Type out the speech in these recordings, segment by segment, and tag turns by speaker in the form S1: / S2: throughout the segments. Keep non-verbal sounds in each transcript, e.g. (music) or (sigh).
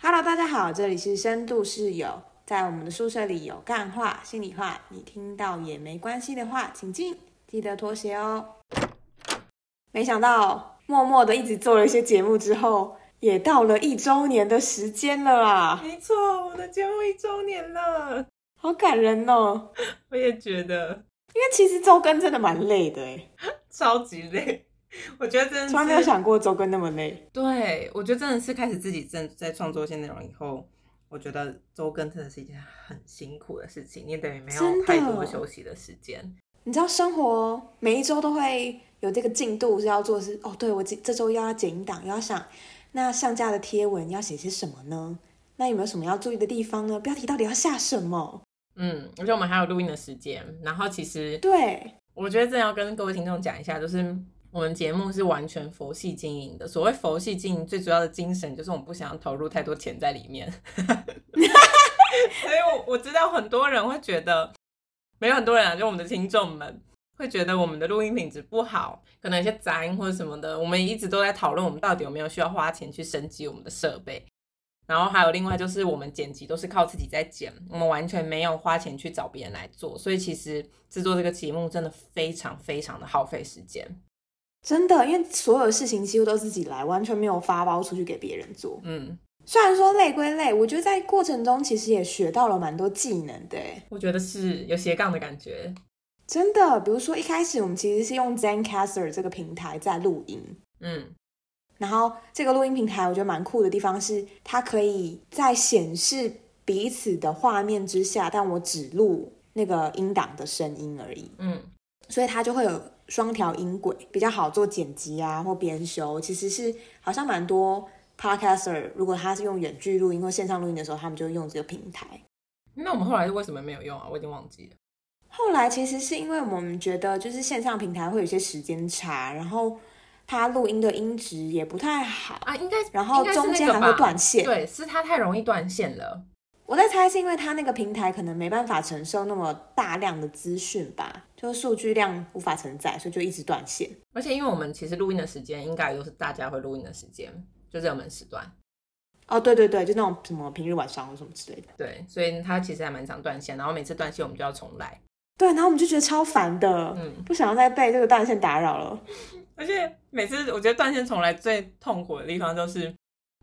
S1: Hello，大家好，这里是深度室友，在我们的宿舍里有干话、心里话，你听到也没关系的话，请进，记得脱鞋哦。没想到默默的一直做了一些节目之后，也到了一周年的时间了啊，
S2: 没错，我的节目一周年了，
S1: 好感人哦。
S2: 我也觉得
S1: 因为其实周更真的蛮累的诶，
S2: 超级累。我觉得真的
S1: 从来没有
S2: 嗯是，
S1: 想过周更那么累。
S2: 对我觉得真的是开始自己正在创作一些内容以后，我觉得周更真的是一件很辛苦的事情，你等于没
S1: 真
S2: 有
S1: 的
S2: 太多休息的时间。
S1: 你知道生活每一周都会有这个进度是要做的是哦，对我这这周又要剪档，又要想那上架的贴文要写些什么呢？那有没有什么要注意的地方呢？标题到底要下什么？
S2: 嗯，而且我们还有录音的时间，然后其实
S1: 对，
S2: 我觉得真的要跟各位听众讲一下，就是我们节目是完全佛系经营的。所谓佛系经营，最主要的精神就是我们不想要投入太多钱在里面。 (laughs) 所以我我知道很多人会觉得，没有很多人啊，就我们的听众们会觉得我们的录音品质不好，可能有些杂音或者什么的。我们一直都在讨论，我们到底有没有需要花钱去升级我们的设备。然后还有另外就是我们剪辑都是靠自己在剪，我们完全没有花钱去找别人来做，所以其实制作这个节目真的非常非常的耗费时间。
S1: 真的，因为所有事情几乎都自己来，完全没有发包出去给别人做。
S2: 嗯，
S1: 虽然说累归累，我觉得在过程中其实也学到了蛮多技能的耶，
S2: 我觉得是有斜杠的感觉。
S1: 真的。比如说一开始我们其实是用 ZenCaster 这个平台在录音，
S2: 嗯，
S1: 然后这个录音平台我觉得蛮酷的地方是，它可以在显示彼此的画面之下，但我只录那个音档的声音而已，
S2: 嗯，
S1: 所以它就会有双条音轨，比较好做剪辑啊或编修。其实是好像蛮多 podcaster 如果他是用远距录音或线上录音的时候，他们就用这个平台。
S2: 那我们后来是为什么没有用啊？我已经忘记了。
S1: 后来其实是因为我们觉得，就是线上平台会有一些时间差，然后它录音的音质也不太好，
S2: 啊，应该
S1: 然后
S2: 应该是那
S1: 中
S2: 个
S1: 间还会
S2: 吧
S1: 断线。
S2: 对，是它太容易断线了。
S1: 我在猜是因为它那个平台可能没办法承受那么大量的资讯吧，就是数据量无法承载，所以就一直断线。
S2: 而且因为我们其实录音的时间应该也都是大家会录音的时间，就热门时段。
S1: 哦，对对对，就那种什么平日晚上或什么之类的。
S2: 对，所以它其实还蛮常断线，然后每次断线我们就要重来。
S1: 对，然后我们就觉得超烦的，
S2: 嗯
S1: 不想要再被这个断线打扰了。
S2: 而且每次我觉得断线重来最痛苦的地方就是，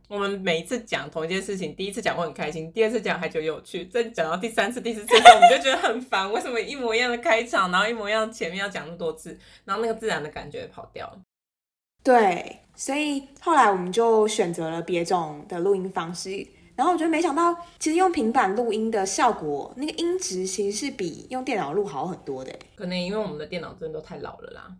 S2: 我们每一次讲同一件事情，第一次讲会很开心，第二次讲还觉得有趣，再讲到第三次、第四次的时候，我们就觉得很烦，为什么一模一样的开场，然后一模一样前面要讲那么多次，然后那个自然的感觉也跑掉了。
S1: 对，所以后来我们就选择了别种的录音方式。然后我觉得没想到，其实用平板录音的效果，那个音质其实是比用电脑录好很多的。欸
S2: 可能因为我们的电脑真的都太老了啦。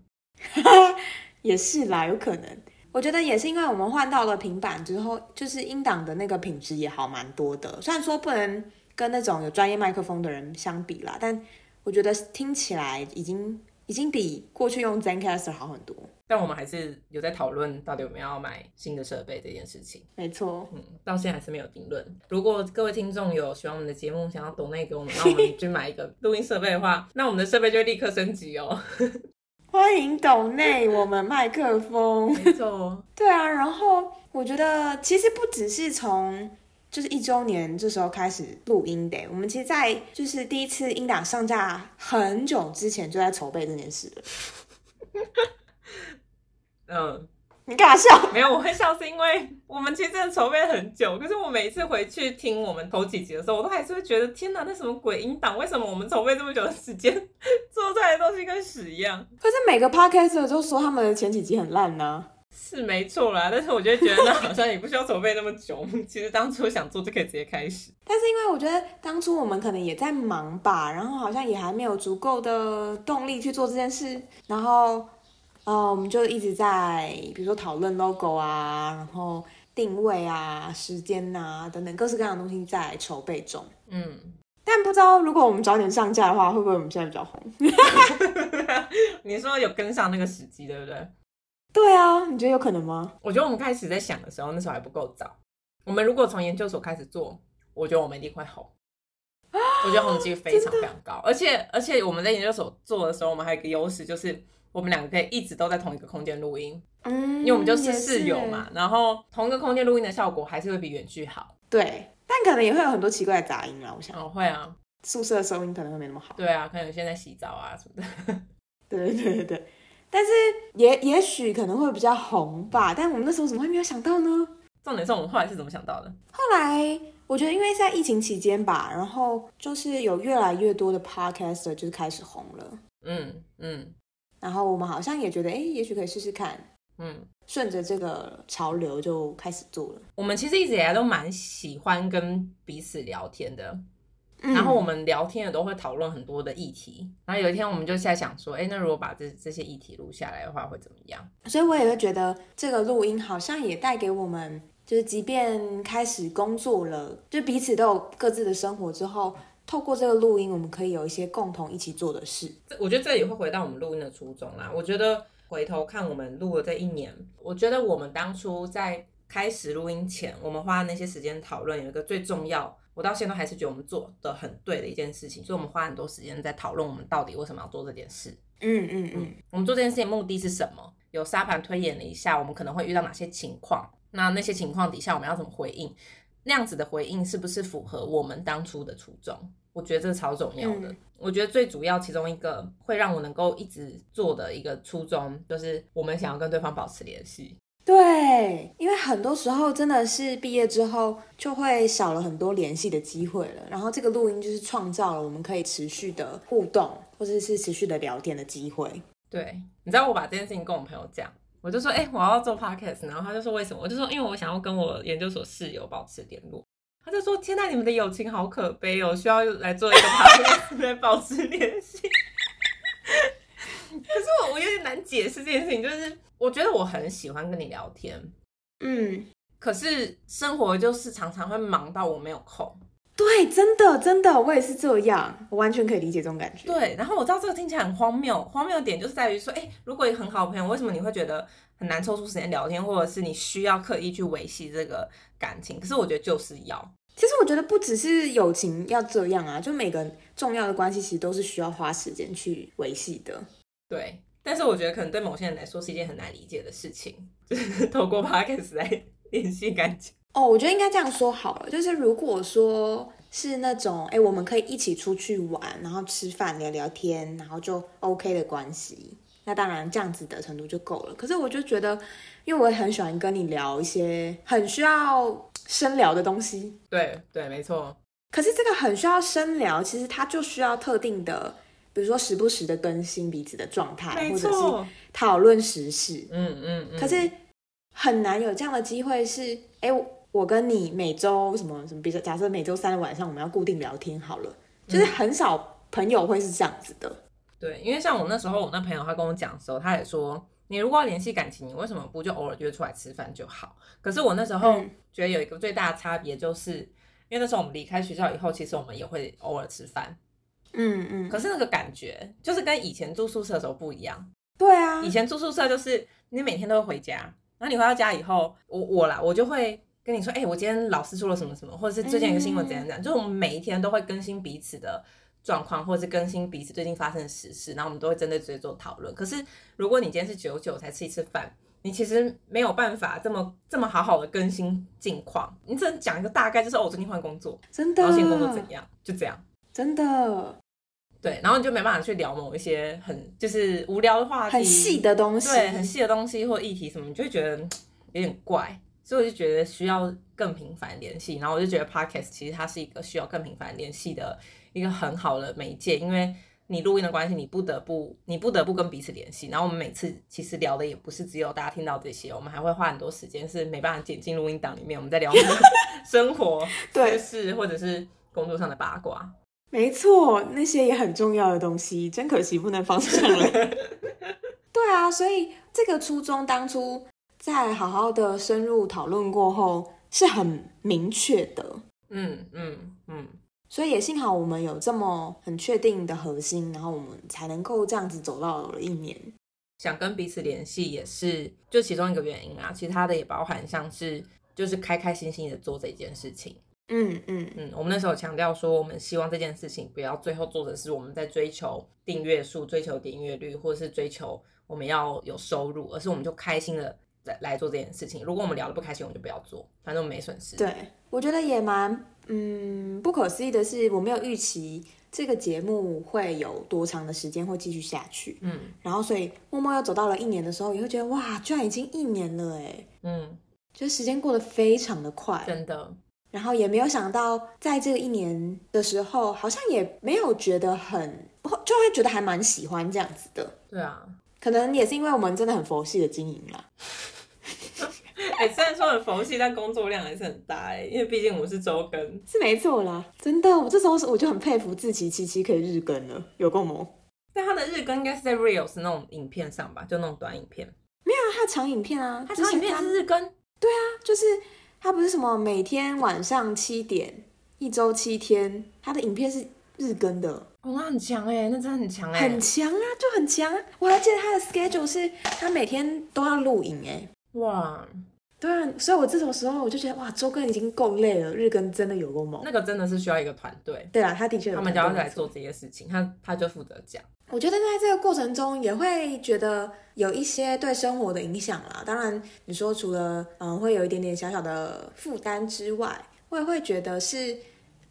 S1: 也是啦，有可能。我觉得也是因为我们换到了平板之后，就是音档的那个品质也好蛮多的。虽然说不能跟那种有专业麦克风的人相比啦，但我觉得听起来已经已经比过去用 ZenCaster 好很多。
S2: 但我们还是有在讨论到底我们要买新的设备这件事情，
S1: 没错，
S2: 嗯，到现在还是没有定论。如果各位听众有喜欢我们的节目，想要抖内给我们，让我们去买一个录音设备的话，那我们的设备就会立刻升级哦。
S1: 欢迎抖内我们麦克风。 (laughs)
S2: 没错，
S1: 对啊，然后我觉得其实不只是从就是一周年这时候开始录音的，我们其实，在就是第一次音档上架很久之前就在筹备这件事了。
S2: 嗯，
S1: 你干嘛笑？
S2: 没有，我会笑是因为我们其实真的筹备很久，可是我每一次回去听我们头几集的时候，我都还是会觉得天哪，那什么鬼音档？为什么我们筹备这么久的时间，做出来的东西跟屎一样？
S1: 可是每个 podcast 都说他们的前几集很烂啊呢、
S2: (laughs) 是没错啦，但是我就会觉得那好像也不需要筹备那么久，其实当初想做就可以直接开始。
S1: 但是因为我觉得当初我们可能也在忙吧，然后好像也还没有足够的动力去做这件事，然后呃，我们就一直在比如说讨论 logo 啊，然后定位啊、时间呐、等等各式各样的东西在筹备中。
S2: 嗯，
S1: 但不知道如果我们早点上架的话，会不会我们现在比较红？
S2: 你说有跟上那个时机，对不对？
S1: 对啊，你觉得有可能吗？
S2: 我觉得我们开始在想的时候，那时候还不够早。我们如果从研究所开始做，我觉得我们一定会红。我觉得红几率非常非常高，而且而且我们在研究所做的时候，我们还有一个优势就是我们两个可以一直都在同一个空间录音，
S1: 嗯，
S2: 因为我们就
S1: 也
S2: 是室友嘛，然后同一个空间录音的效果还是会比远距好。
S1: 对，但可能也会有很多奇怪的杂音啦。我想
S2: 哦，会啊，
S1: 宿舍的收音可能会没那么好。
S2: 对啊，可能有些人在洗澡啊什么的。 (laughs)
S1: (laughs) 对对对对，但是也也许可能会比较红吧，但我们那时候怎么会没有想到呢？
S2: 重点是我们后来是怎么想到的？
S1: 后来我觉得，因为在疫情期间吧，然后就是有越来越多的 podcaster 就是开始红了，
S2: 嗯嗯
S1: 然后我们好像也觉得，哎，也许可以试试看，
S2: 嗯，
S1: 顺着这个潮流就开始做了。
S2: 我们其实一直以来都蛮喜欢跟彼此聊天的，
S1: 嗯
S2: 然后我们聊天也都会讨论很多的议题。然后有一天我们就在想说，哎，那如果把这这些议题录下来的话，会怎么样？
S1: 所以我也会觉得这个录音好像也带给我们，就是即便开始工作了，就彼此都有各自的生活之后，透过这个录音，我们可以有一些共同一起做的事。
S2: 这我觉得这也会回到我们录音的初衷啦。我觉得回头看我们录了这一年，我觉得我们当初在开始录音前，我们花的那些时间讨论，有一个最重要，我到现在都还是觉得我们做的很对的一件事情，所以我们花很多时间在讨论我们到底为什么要做这件事。
S1: 嗯嗯嗯，
S2: 我们做这件事情目的是什么？有沙盘推演了一下，我们可能会遇到哪些情况？那那些情况底下，我们要怎么回应？那样子的回应是不是符合我们当初的初衷？我觉得这超重要的。
S1: 嗯
S2: 我觉得最主要其中一个会让我能够一直做的一个初衷，就是我们想要跟对方保持联系。
S1: 对，因为很多时候真的是毕业之后就会少了很多联系的机会了，然后这个录音就是创造了我们可以持续的互动或者是持续的聊天的机会。
S2: 对，你知道我把这件事情跟我朋友讲，我就说，哎、我要做 podcast，然后他就说为什么？我就说因为我想要跟我研究所室友保持联络。他就说：“天呐，你们的友情好可悲哦，需要来做一个 podcast 来保持联系。” (laughs) 可是我我有点难解释这件事情，就是我觉得我很喜欢跟你聊天，
S1: 嗯，
S2: 可是生活就是常常会忙到我没有空。
S1: 对，真的真的，我也是这样，我完全可以理解这种感觉。
S2: 对，然后我知道这个听起来很荒谬，荒谬的点就是在于说，哎，如果很好的朋友，为什么你会觉得很难抽出时间聊天，或者是你需要刻意去维系这个感情？可是我觉得就是要，
S1: 其实我觉得不只是友情要这样啊，就每个重要的关系其实都是需要花时间去维系的。
S2: 对。但是我觉得可能对某些人来说是一件很难理解的事情，就是 (laughs) 透过 podcast 来联系感情。
S1: 哦，我觉得应该这样说好了，就是如果说是那种哎，诶我们可以一起出去玩，然后吃饭聊聊天，然后就 OK 的关系，那当然这样子的程度就够了。可是我就觉得，因为我也很喜欢跟你聊一些很需要深聊的东西，
S2: 对对，没错，
S1: 可是这个很需要深聊，其实它就需要特定的，比如说时不时的更新彼此的状态，
S2: 没
S1: 或者是
S2: 错，
S1: 讨论时事，
S2: 嗯嗯嗯。
S1: 可是很难有这样的机会是，哎、我我跟你每周什么什么，比如说假设每周三的晚上我们要固定聊天好了，就是很少朋友会是这样子的。
S2: 对，因为像我那时候，我那朋友他跟我讲的时候，他也说，你如果要联系感情，你为什么不就偶尔约出来吃饭就好？可是我那时候
S1: 嗯
S2: 觉得有一个最大的差别，就是、因为那时候我们离开学校以后，其实我们也会偶尔吃饭，
S1: 嗯嗯，
S2: 可是那个感觉就是跟以前住宿舍的时候不一样。
S1: 对啊
S2: 以，前住宿舍就是你每天都会回家，然后你回到家以后，我我啦，我就会。跟你说，哎、我今天老师说了什么什么，或者是最近有个新闻怎样怎
S1: 嗯
S2: 样，就是我们每一天都会更新彼此的状况，或者是更新彼此最近发生的时事，然后我们都会针对这些做讨论。可是如果你今天是久久才吃一次饭，你其实没有办法这么这么好好的更新近况，你只能讲一个大概，就是哦，我最近换工作，
S1: 真的
S2: 然后新工作怎
S1: 啊
S2: 样，就这样。
S1: 真的
S2: 对，然后你就没办法去聊某一些很就是无聊的话题，
S1: 很细的东西，
S2: 对很细的东西或议题什么，你就会觉得嗯有点怪，所以我就觉得需要更频繁联系。然后我就觉得 podcast 其实它是一个需要更频繁联系的一个很好的媒介，因为你录音的关系，你不得不你不得不跟彼此联系。然后我们每次其实聊的也不是只有大家听到这些，我们还会花很多时间是没办法剪进录音档里面，我们 (laughs) 在聊我们的生活、
S1: 对
S2: 私事或者是工作上的八卦。
S1: 没错，那些也很重要的东西，真可惜不能放上来。 (laughs) 对啊，所以这个初衷当初在好好的深入讨论过后是很明确的，
S2: 嗯嗯嗯，
S1: 所以也幸好我们有这么很确定的核心，然后我们才能够这样子走到了一年。
S2: 想跟彼此联系也是就其中一个原因啊，其他的也包含像是就是开开心心的做这件事情。
S1: 嗯嗯，
S2: 嗯，我们那时候有强调说，我们希望这件事情不要最后做的是我们在追求订阅数、追求点阅率，或者是追求我们要有收入，而是我们就开心的来来做这件事情。如果我们聊的不开心，我们就不要做，反正我们没损失。
S1: 对，我觉得也蛮嗯不可思议的是，我没有预期这个节目会有多长的时间会继续下去。
S2: 嗯
S1: 然后，所以默默又走到了一年的时候，也会觉得哇，居然已经一年了哎，
S2: 嗯，
S1: 就是时间过得非常的快。
S2: 真的，
S1: 然后也没有想到，在这个一年的时候，好像也没有觉得很，就会觉得还蛮喜欢这样子的。
S2: 对啊。
S1: 可能也是因为我们真的很佛系的经营啦。
S2: (laughs) 哎、虽然说很佛系，但工作量还是很大哎、因为毕竟我们是周更。
S1: 是没错啦，真的，我这时候我就很佩服自己，七七可以日更了，有够猛。
S2: 但他的日更应该是在 reels 那种影片上吧，就那种短影片。
S1: 那他长影片啊，
S2: 他长影片
S1: 就是
S2: 日更，
S1: 他就是他不是什么每天晚上七点，一周七天，他的影片是日更的，
S2: 哦，那很强哎、那真的很强哎、
S1: 很强啊，就很强啊。我还记得他的 schedule 是他每天都要录影哎、
S2: 哇，
S1: 对啊，所以我这种时候我就觉得哇，周更已经够累了，日更真的有够猛。
S2: 那个真的是需要一个团队，
S1: 对啦，啊他的确有
S2: 他们就
S1: 团
S2: 要
S1: 队
S2: 来做这些事情，他他就负责讲。
S1: 我觉得在这个过程中也会觉得有一些对生活的影响啦。当然，你说除了嗯会有一点点小小的负担之外，我也会觉得是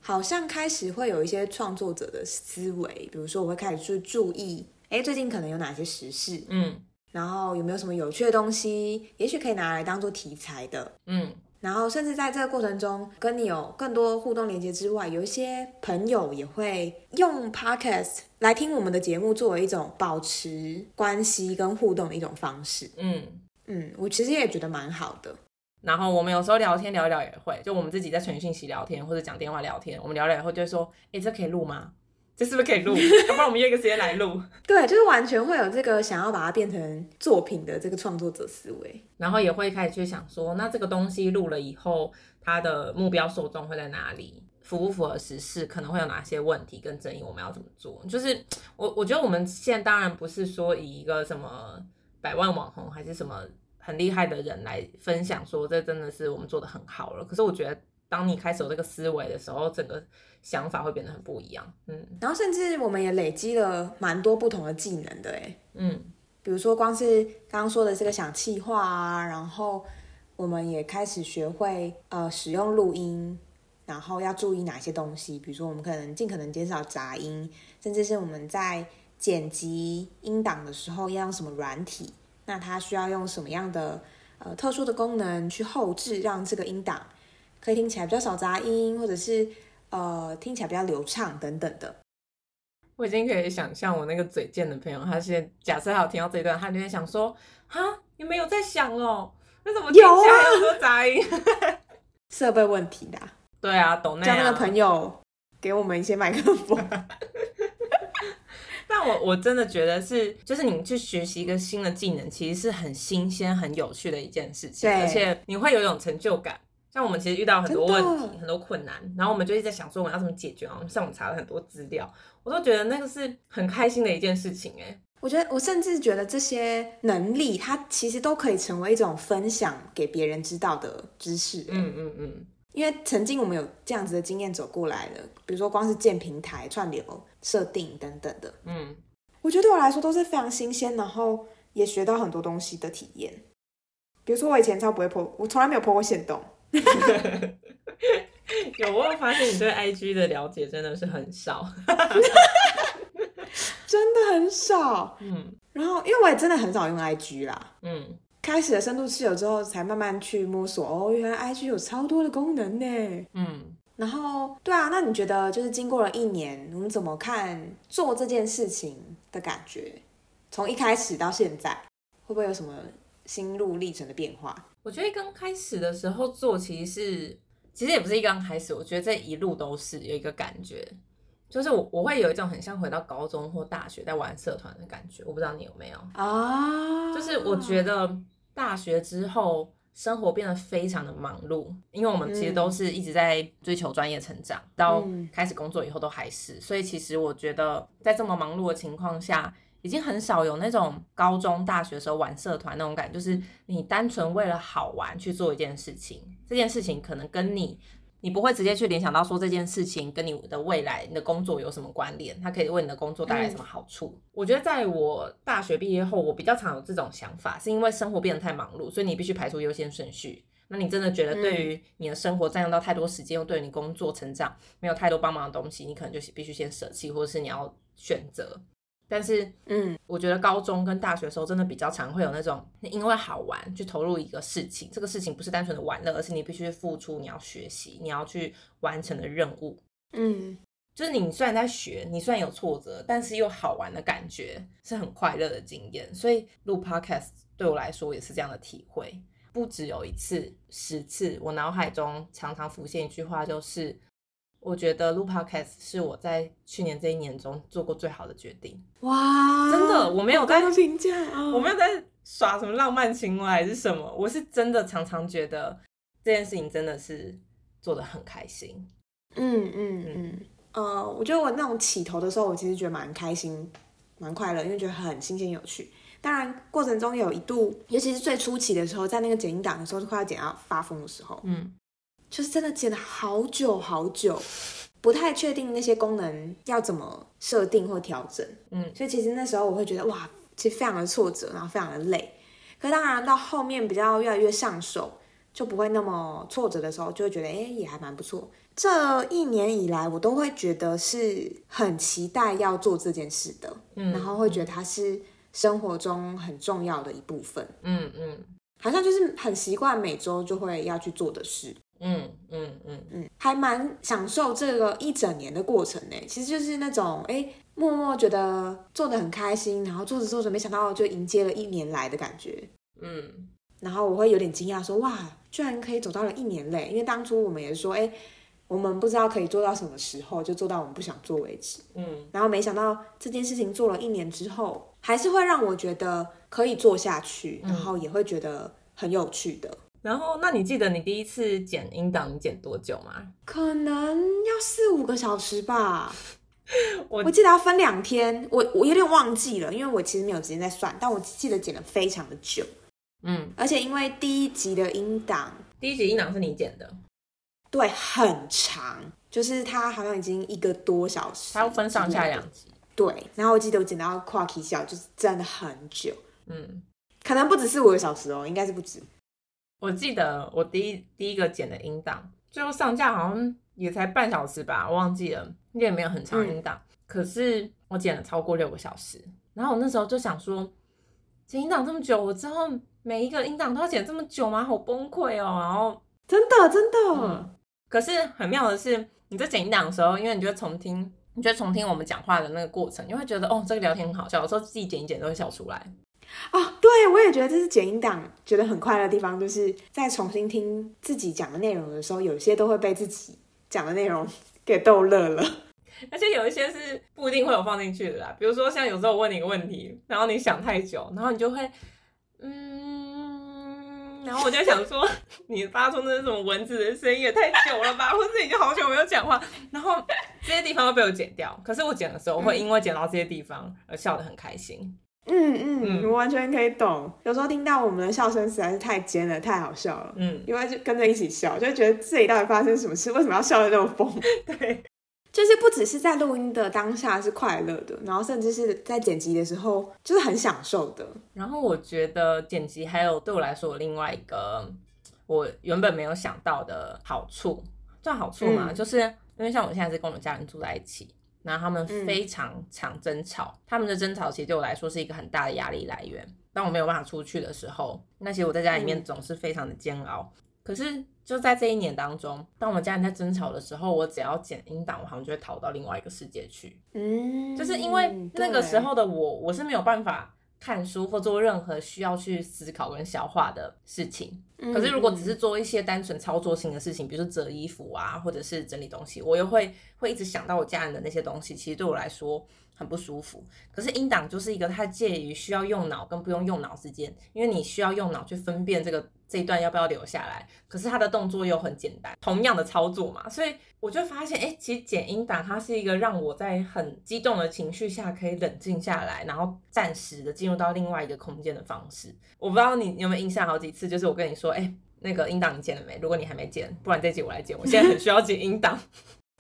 S1: 好像开始会有一些创作者的思维，比如说我会开始去注意，哎，最近可能有哪些时事，
S2: 嗯
S1: 然后有没有什么有趣的东西，也许可以拿来当做题材的。
S2: 嗯，
S1: 然后，甚至在这个过程中，跟你有更多互动连接之外，有一些朋友也会用 podcast 来听我们的节目，作为一种保持关系跟互动的一种方式。
S2: 嗯，
S1: 嗯，我其实也觉得蛮好的。
S2: 然后我们有时候聊天聊一聊也会，就我们自己在传讯息聊天或者讲电话聊天，我们聊聊以后就会说，哎、这可以录吗？这是不是可以录？要不然我们约一个时间来录。
S1: 对，就是完全会有这个想要把它变成作品的这个创作者思维。
S2: 然后也会开始去想说，那这个东西录了以后，它的目标受众会在哪里？符不符合时事？可能会有哪些问题跟争议？我们要怎么做？就是我我觉得我们现在当然不是说以一个什么百万网红还是什么很厉害的人来分享说这真的是我们做的很好了。可是我觉得，当你开始有这个思维的时候，整个想法会变得很不一样。嗯
S1: 然后，甚至我们也累积了蛮多不同的技能的，欸诶，
S2: 嗯
S1: 比如说光是刚刚说的这个想气话啊，然后我们也开始学会呃使用录音，然后要注意哪些东西，比如说我们可能尽可能减少杂音，甚至是我们在剪辑音档的时候要用什么软体，那它需要用什么样的呃特殊的功能去后置，让这个音档可以听起来比较少杂音，或者是呃听起来比较流畅等等的。
S2: 我已经可以想象我那个嘴贱的朋友，他现在假设他有听到这一段，他就会想说：哈，你们有在想哦？那怎么听起来
S1: 有啊
S2: 还有多杂音？ (laughs)
S1: 设备问题啦，
S2: 对啊，懂那
S1: 叫那
S2: 啊
S1: 个朋友给我们一些麦克风。
S2: 但我我真的觉得是，就是你去学习一个新的技能，其实是很新鲜、很有趣的一件事情，
S1: 对
S2: 而且你会有一种成就感。像我们其实遇到很多
S1: 真的
S2: 问题、很多困难，然后我们就一直在想说我们要怎么解决，然后我们上网查了很多资料，我都觉得那个是很开心的一件事情、欸，哎，
S1: 我觉得，我甚至觉得这些能力，它其实都可以成为一种分享给别人知道的知识。
S2: 嗯嗯嗯，
S1: 因为曾经我们有这样子的经验走过来的，比如说光是建平台、串流、设定等等的，
S2: 嗯
S1: 我觉得对我来说都是非常新鲜，然后也学到很多东西的体验。比如说我以前超不会破，我从来没有破过线洞。
S2: (laughs) 有，我有发现你对 IG 的了解真的是很少。
S1: 真的很少。
S2: 嗯
S1: 然后因为我也真的很少用 IG 啦，
S2: 嗯，
S1: 开始了深度室友之后，才慢慢去摸索哦，原来 IG 有超多的功能呢。
S2: 嗯，
S1: 然后，对啊，那你觉得就是经过了一年，我们怎么看做这件事情的感觉？从一开始到现在，会不会有什么心路历程的变化？
S2: 我觉得刚开始的时候做，其实是其实也不是一刚开始，我觉得这一路都是有一个感觉，就是我我会有一种很像回到高中或大学在玩社团的感觉，我不知道你有没有，
S1: 啊，
S2: 就是我觉得大学之后。生活变得非常的忙碌，因为我们其实都是一直在追求专业成长，到
S1: 嗯
S2: 开始工作以后都还是，所以其实我觉得在这么忙碌的情况下，已经很少有那种高中、大学时候玩社团那种感觉，就是你单纯为了好玩去做一件事情，这件事情可能跟你你不会直接去联想到说这件事情跟你的未来、你的工作有什么关联，它可以为你的工作带来什么好处。我觉得在我大学毕业后，我比较常有这种想法，是因为生活变得太忙碌，所以你必须排出优先顺序。那你真的觉得对于你的生活占用到太多时间，又对你工作成长没有太多帮忙的东西，你可能就必须先舍弃，或者是你要选择。但是
S1: 嗯，
S2: 我觉得高中跟大学的时候真的比较常会有那种，因为好玩去投入一个事情，这个事情不是单纯的玩乐，而是你必须付出，你要学习，你要去完成的任务。
S1: 嗯，
S2: 就是你虽然在学，你虽然有挫折，但是又好玩的感觉是很快乐的经验。所以录 podcast 对我来说也是这样的体会。不只有一次、十次，我脑海中常常浮现一句话，就是我觉得录 podcast 是我在去年这一年中做过最好的决定。
S1: 哇，
S2: 真的，我没有在
S1: 高的评价啊，
S2: 我没有在耍什么浪漫情怀还是什么，我是真的常常觉得这件事情真的是做的很开心。
S1: 嗯嗯嗯，呃，我觉得我那种起头的时候，我其实觉得蛮开心、蛮快乐，因为觉得很新鲜有趣。当然，过程中有一度，尤其是最初期的时候，在那个剪音档的时候，就快要剪到发疯的时候，
S2: 嗯，
S1: 就是真的剪了好久好久，不太确定那些功能要怎么设定或调整。
S2: 嗯，
S1: 所以其实那时候我会觉得哇，其实非常的挫折，然后非常的累。可当然到后面比较越来越上手，就不会那么挫折的时候，就会觉得哎、诶也还蛮不错。这一年以来，我都会觉得是很期待要做这件事的，
S2: 嗯
S1: 然后会觉得它是生活中很重要的一部分，
S2: 嗯嗯
S1: 好像就是很习惯每周就会要去做的事。
S2: 嗯嗯嗯
S1: 嗯，还蛮享受这个一整年的过程呢。其实就是那种哎，诶默默觉得做的很开心，然后做着做着，没想到就迎接了一年来的感觉。
S2: 嗯
S1: 然后我会有点惊讶说，哇，居然可以走到了一年嘞！因为当初我们也说，哎，我们不知道可以做到什么时候，就做到我们不想做为止。
S2: 嗯
S1: 然后没想到这件事情做了一年之后，还是会让我觉得可以做下去，然后也会觉得很有趣的。
S2: 然后，那你记得你第一次剪音档你剪多久吗？
S1: 可能要四五个小时吧。
S2: (laughs) 我
S1: 我记得要分两天，我我有点忘记了，因为我其实没有时间在算，但我记得剪了非常的久，
S2: 嗯，
S1: 而且因为第一集的音档
S2: 第一集音档是你剪的，
S1: 对很长，就是它好像已经一个多小时，
S2: 它要分上下两集。
S1: 对。然后我记得我剪到跨 K 笑，就是真的很久，
S2: 嗯，
S1: 可能不止四五个小时哦，应该是不止。
S2: 我记得我第一第一个剪的音档，最后上架好像也才半小时吧，我忘记了，也没有很长音档。可是我剪了超过六个小时，然后我那时候就想说，剪音档这么久，我之后每一个音档都要剪这么久吗？好崩溃哦。然后，
S1: 真的真的，
S2: 嗯可是很妙的是，你在剪音档的时候，因为你就会重听，你就会重听我们讲话的那个过程，你会觉得哦，这个聊天很好笑，有时候自己剪一剪都会笑出来。
S1: 哦，对，我也觉得这是剪音档觉得很快乐的地方，就是在重新听自己讲的内容的时候，有些都会被自己讲的内容给逗乐了。
S2: 而且有一些是不一定会有放进去的啦，比如说像有时候我问你一个问题，然后你想太久，然后你就会，嗯，然后我就想说， (laughs) 你发出那种蚊子的声音也太久了吧，或者你就好久没有讲话，然后这些地方都被我剪掉。可是我剪的时候会因为剪到这些地方而笑得很开心。
S1: (laughs) 嗯嗯，
S2: 嗯
S1: 我完全可以懂。有时候听到我们的笑声实在是太尖了，太好笑了，
S2: 嗯，
S1: 因为就跟着一起笑，就会觉得自己到底发生什么事，为什么要笑得这么 (laughs) 疯？
S2: 对，
S1: 就是不只是在录音的当下是快乐的，然后甚至是在剪辑的时候，就是很享受的。
S2: 然后我觉得剪辑还有对我来说有另外一个我原本没有想到的好处，算好处嘛，
S1: 嗯
S2: 就是因为像我现在是跟我家人住在一起，然后他们
S1: 嗯
S2: 非常常争吵，他们的争吵其实对我来说是一个很大的压力来源。当我没有办法出去的时候，那其实我在家里面
S1: 嗯
S2: 总是非常的煎熬。可是就在这一年当中，当我们家人在争吵的时候，我只要剪音档，我好像就会逃到另外一个世界去。
S1: 嗯，
S2: 就是因为那个
S1: 对
S2: 时，候的我，我是没有办法看书或做任何需要去思考跟消化的事情。
S1: 嗯
S2: 可是如果只是做一些单纯操作性的事情，比如说折衣服啊，或者是整理东西，我又会会一直想到我家人的那些东西，其实对我来说很不舒服。可是音档就是一个它介于需要用脑跟不用用脑之间，因为你需要用脑去分辨这个这一段要不要留下来，可是它的动作又很简单，同样的操作嘛，所以我就发现，哎、其实剪音档它是一个让我在很激动的情绪下可以冷静下来，然后暂时的进入到另外一个空间的方式。我不知道你你有没有印象，好几次就是我跟你说，哎、那个音档你剪了没？如果你还没剪，不然这集我来剪。我现在很需要剪
S1: (laughs)
S2: 音档。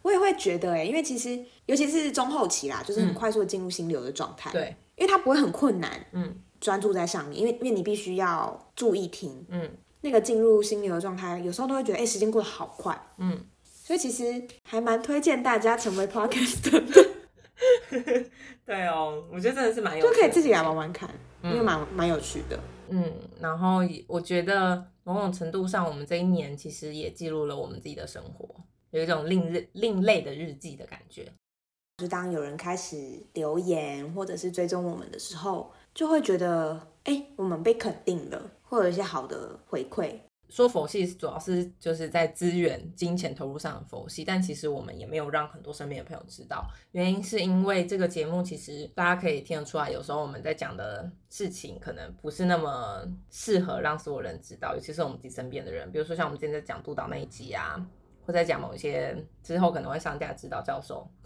S1: 我也会觉得哎、因为其实尤其是中后期啦，就是很快速的进入心流的状态。
S2: 嗯对，
S1: 因为它不会很困难，
S2: 嗯，
S1: 专注在上面，因为因为你必须要注意听，
S2: 嗯，
S1: 那个进入心流的状态，有时候都会觉得哎、时间过得好快，
S2: 嗯，
S1: 所以其实还蛮推荐大家成
S2: (laughs)
S1: 为 podcaster，
S2: 对哦，我觉得真的是蛮有
S1: 就
S2: 趣的
S1: 可以自己来玩玩看，因为蛮蛮有趣的。
S2: 嗯，然后也我觉得某种程度上，我们这一年其实也记录了我们自己的生活，有一种另日另类的日记的感觉。
S1: 就当有人开始留言或者是追踪我们的时候，就会觉得哎、我们被肯定了，会有一些好的回馈。
S2: 说佛系主要是就是在资源、金钱投入上的佛系，但其实我们也没有让很多身边的朋友知道，原因是因为这个节目其实大家可以听得出来，有时候我们在讲的事情可能不是那么适合让所有人知道，尤其是我们自己身边的人，比如说像我们之前在讲督导那一集啊，或在讲某一些之后可能会上架指导教授。 (laughs)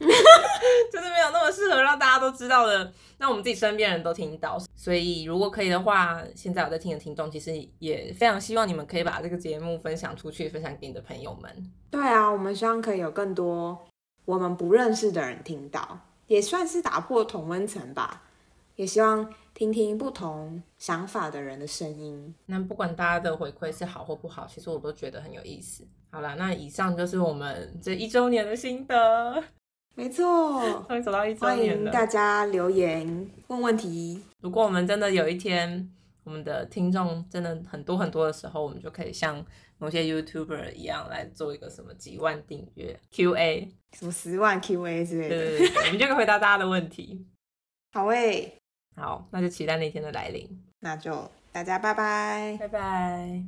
S2: 就是没有那么适合让大家都知道的，那我们自己身边人都听到。所以如果可以的话，现在有在听的听众，其实也非常希望你们可以把这个节目分享出去，分享给你的朋友们。
S1: 对啊，我们希望可以有更多我们不认识的人听到，也算是打破同温层吧。也希望听听不同想法的人的声音。
S2: 那不管大家的回馈是好或不好，其实我都觉得很有意思。好啦，那以上就是我们这一周年的心得，
S1: 没
S2: (laughs)
S1: 错，
S2: 终于走到一周
S1: 欢
S2: 年
S1: 迎
S2: 了。
S1: 大家留言问问题。
S2: 如果我们真的有一天，我们的听众真的很多很多的时候，我们就可以像某些 YouTuber 一样来做一个什么几万订阅 QA，
S1: 什么十万 QA 之类
S2: 对
S1: 的。
S2: 对对，我们就可以回答大家的问题。
S1: 好欸诶、
S2: 好，那就期待那一天的来临。
S1: 那就大家拜拜。
S2: 拜拜。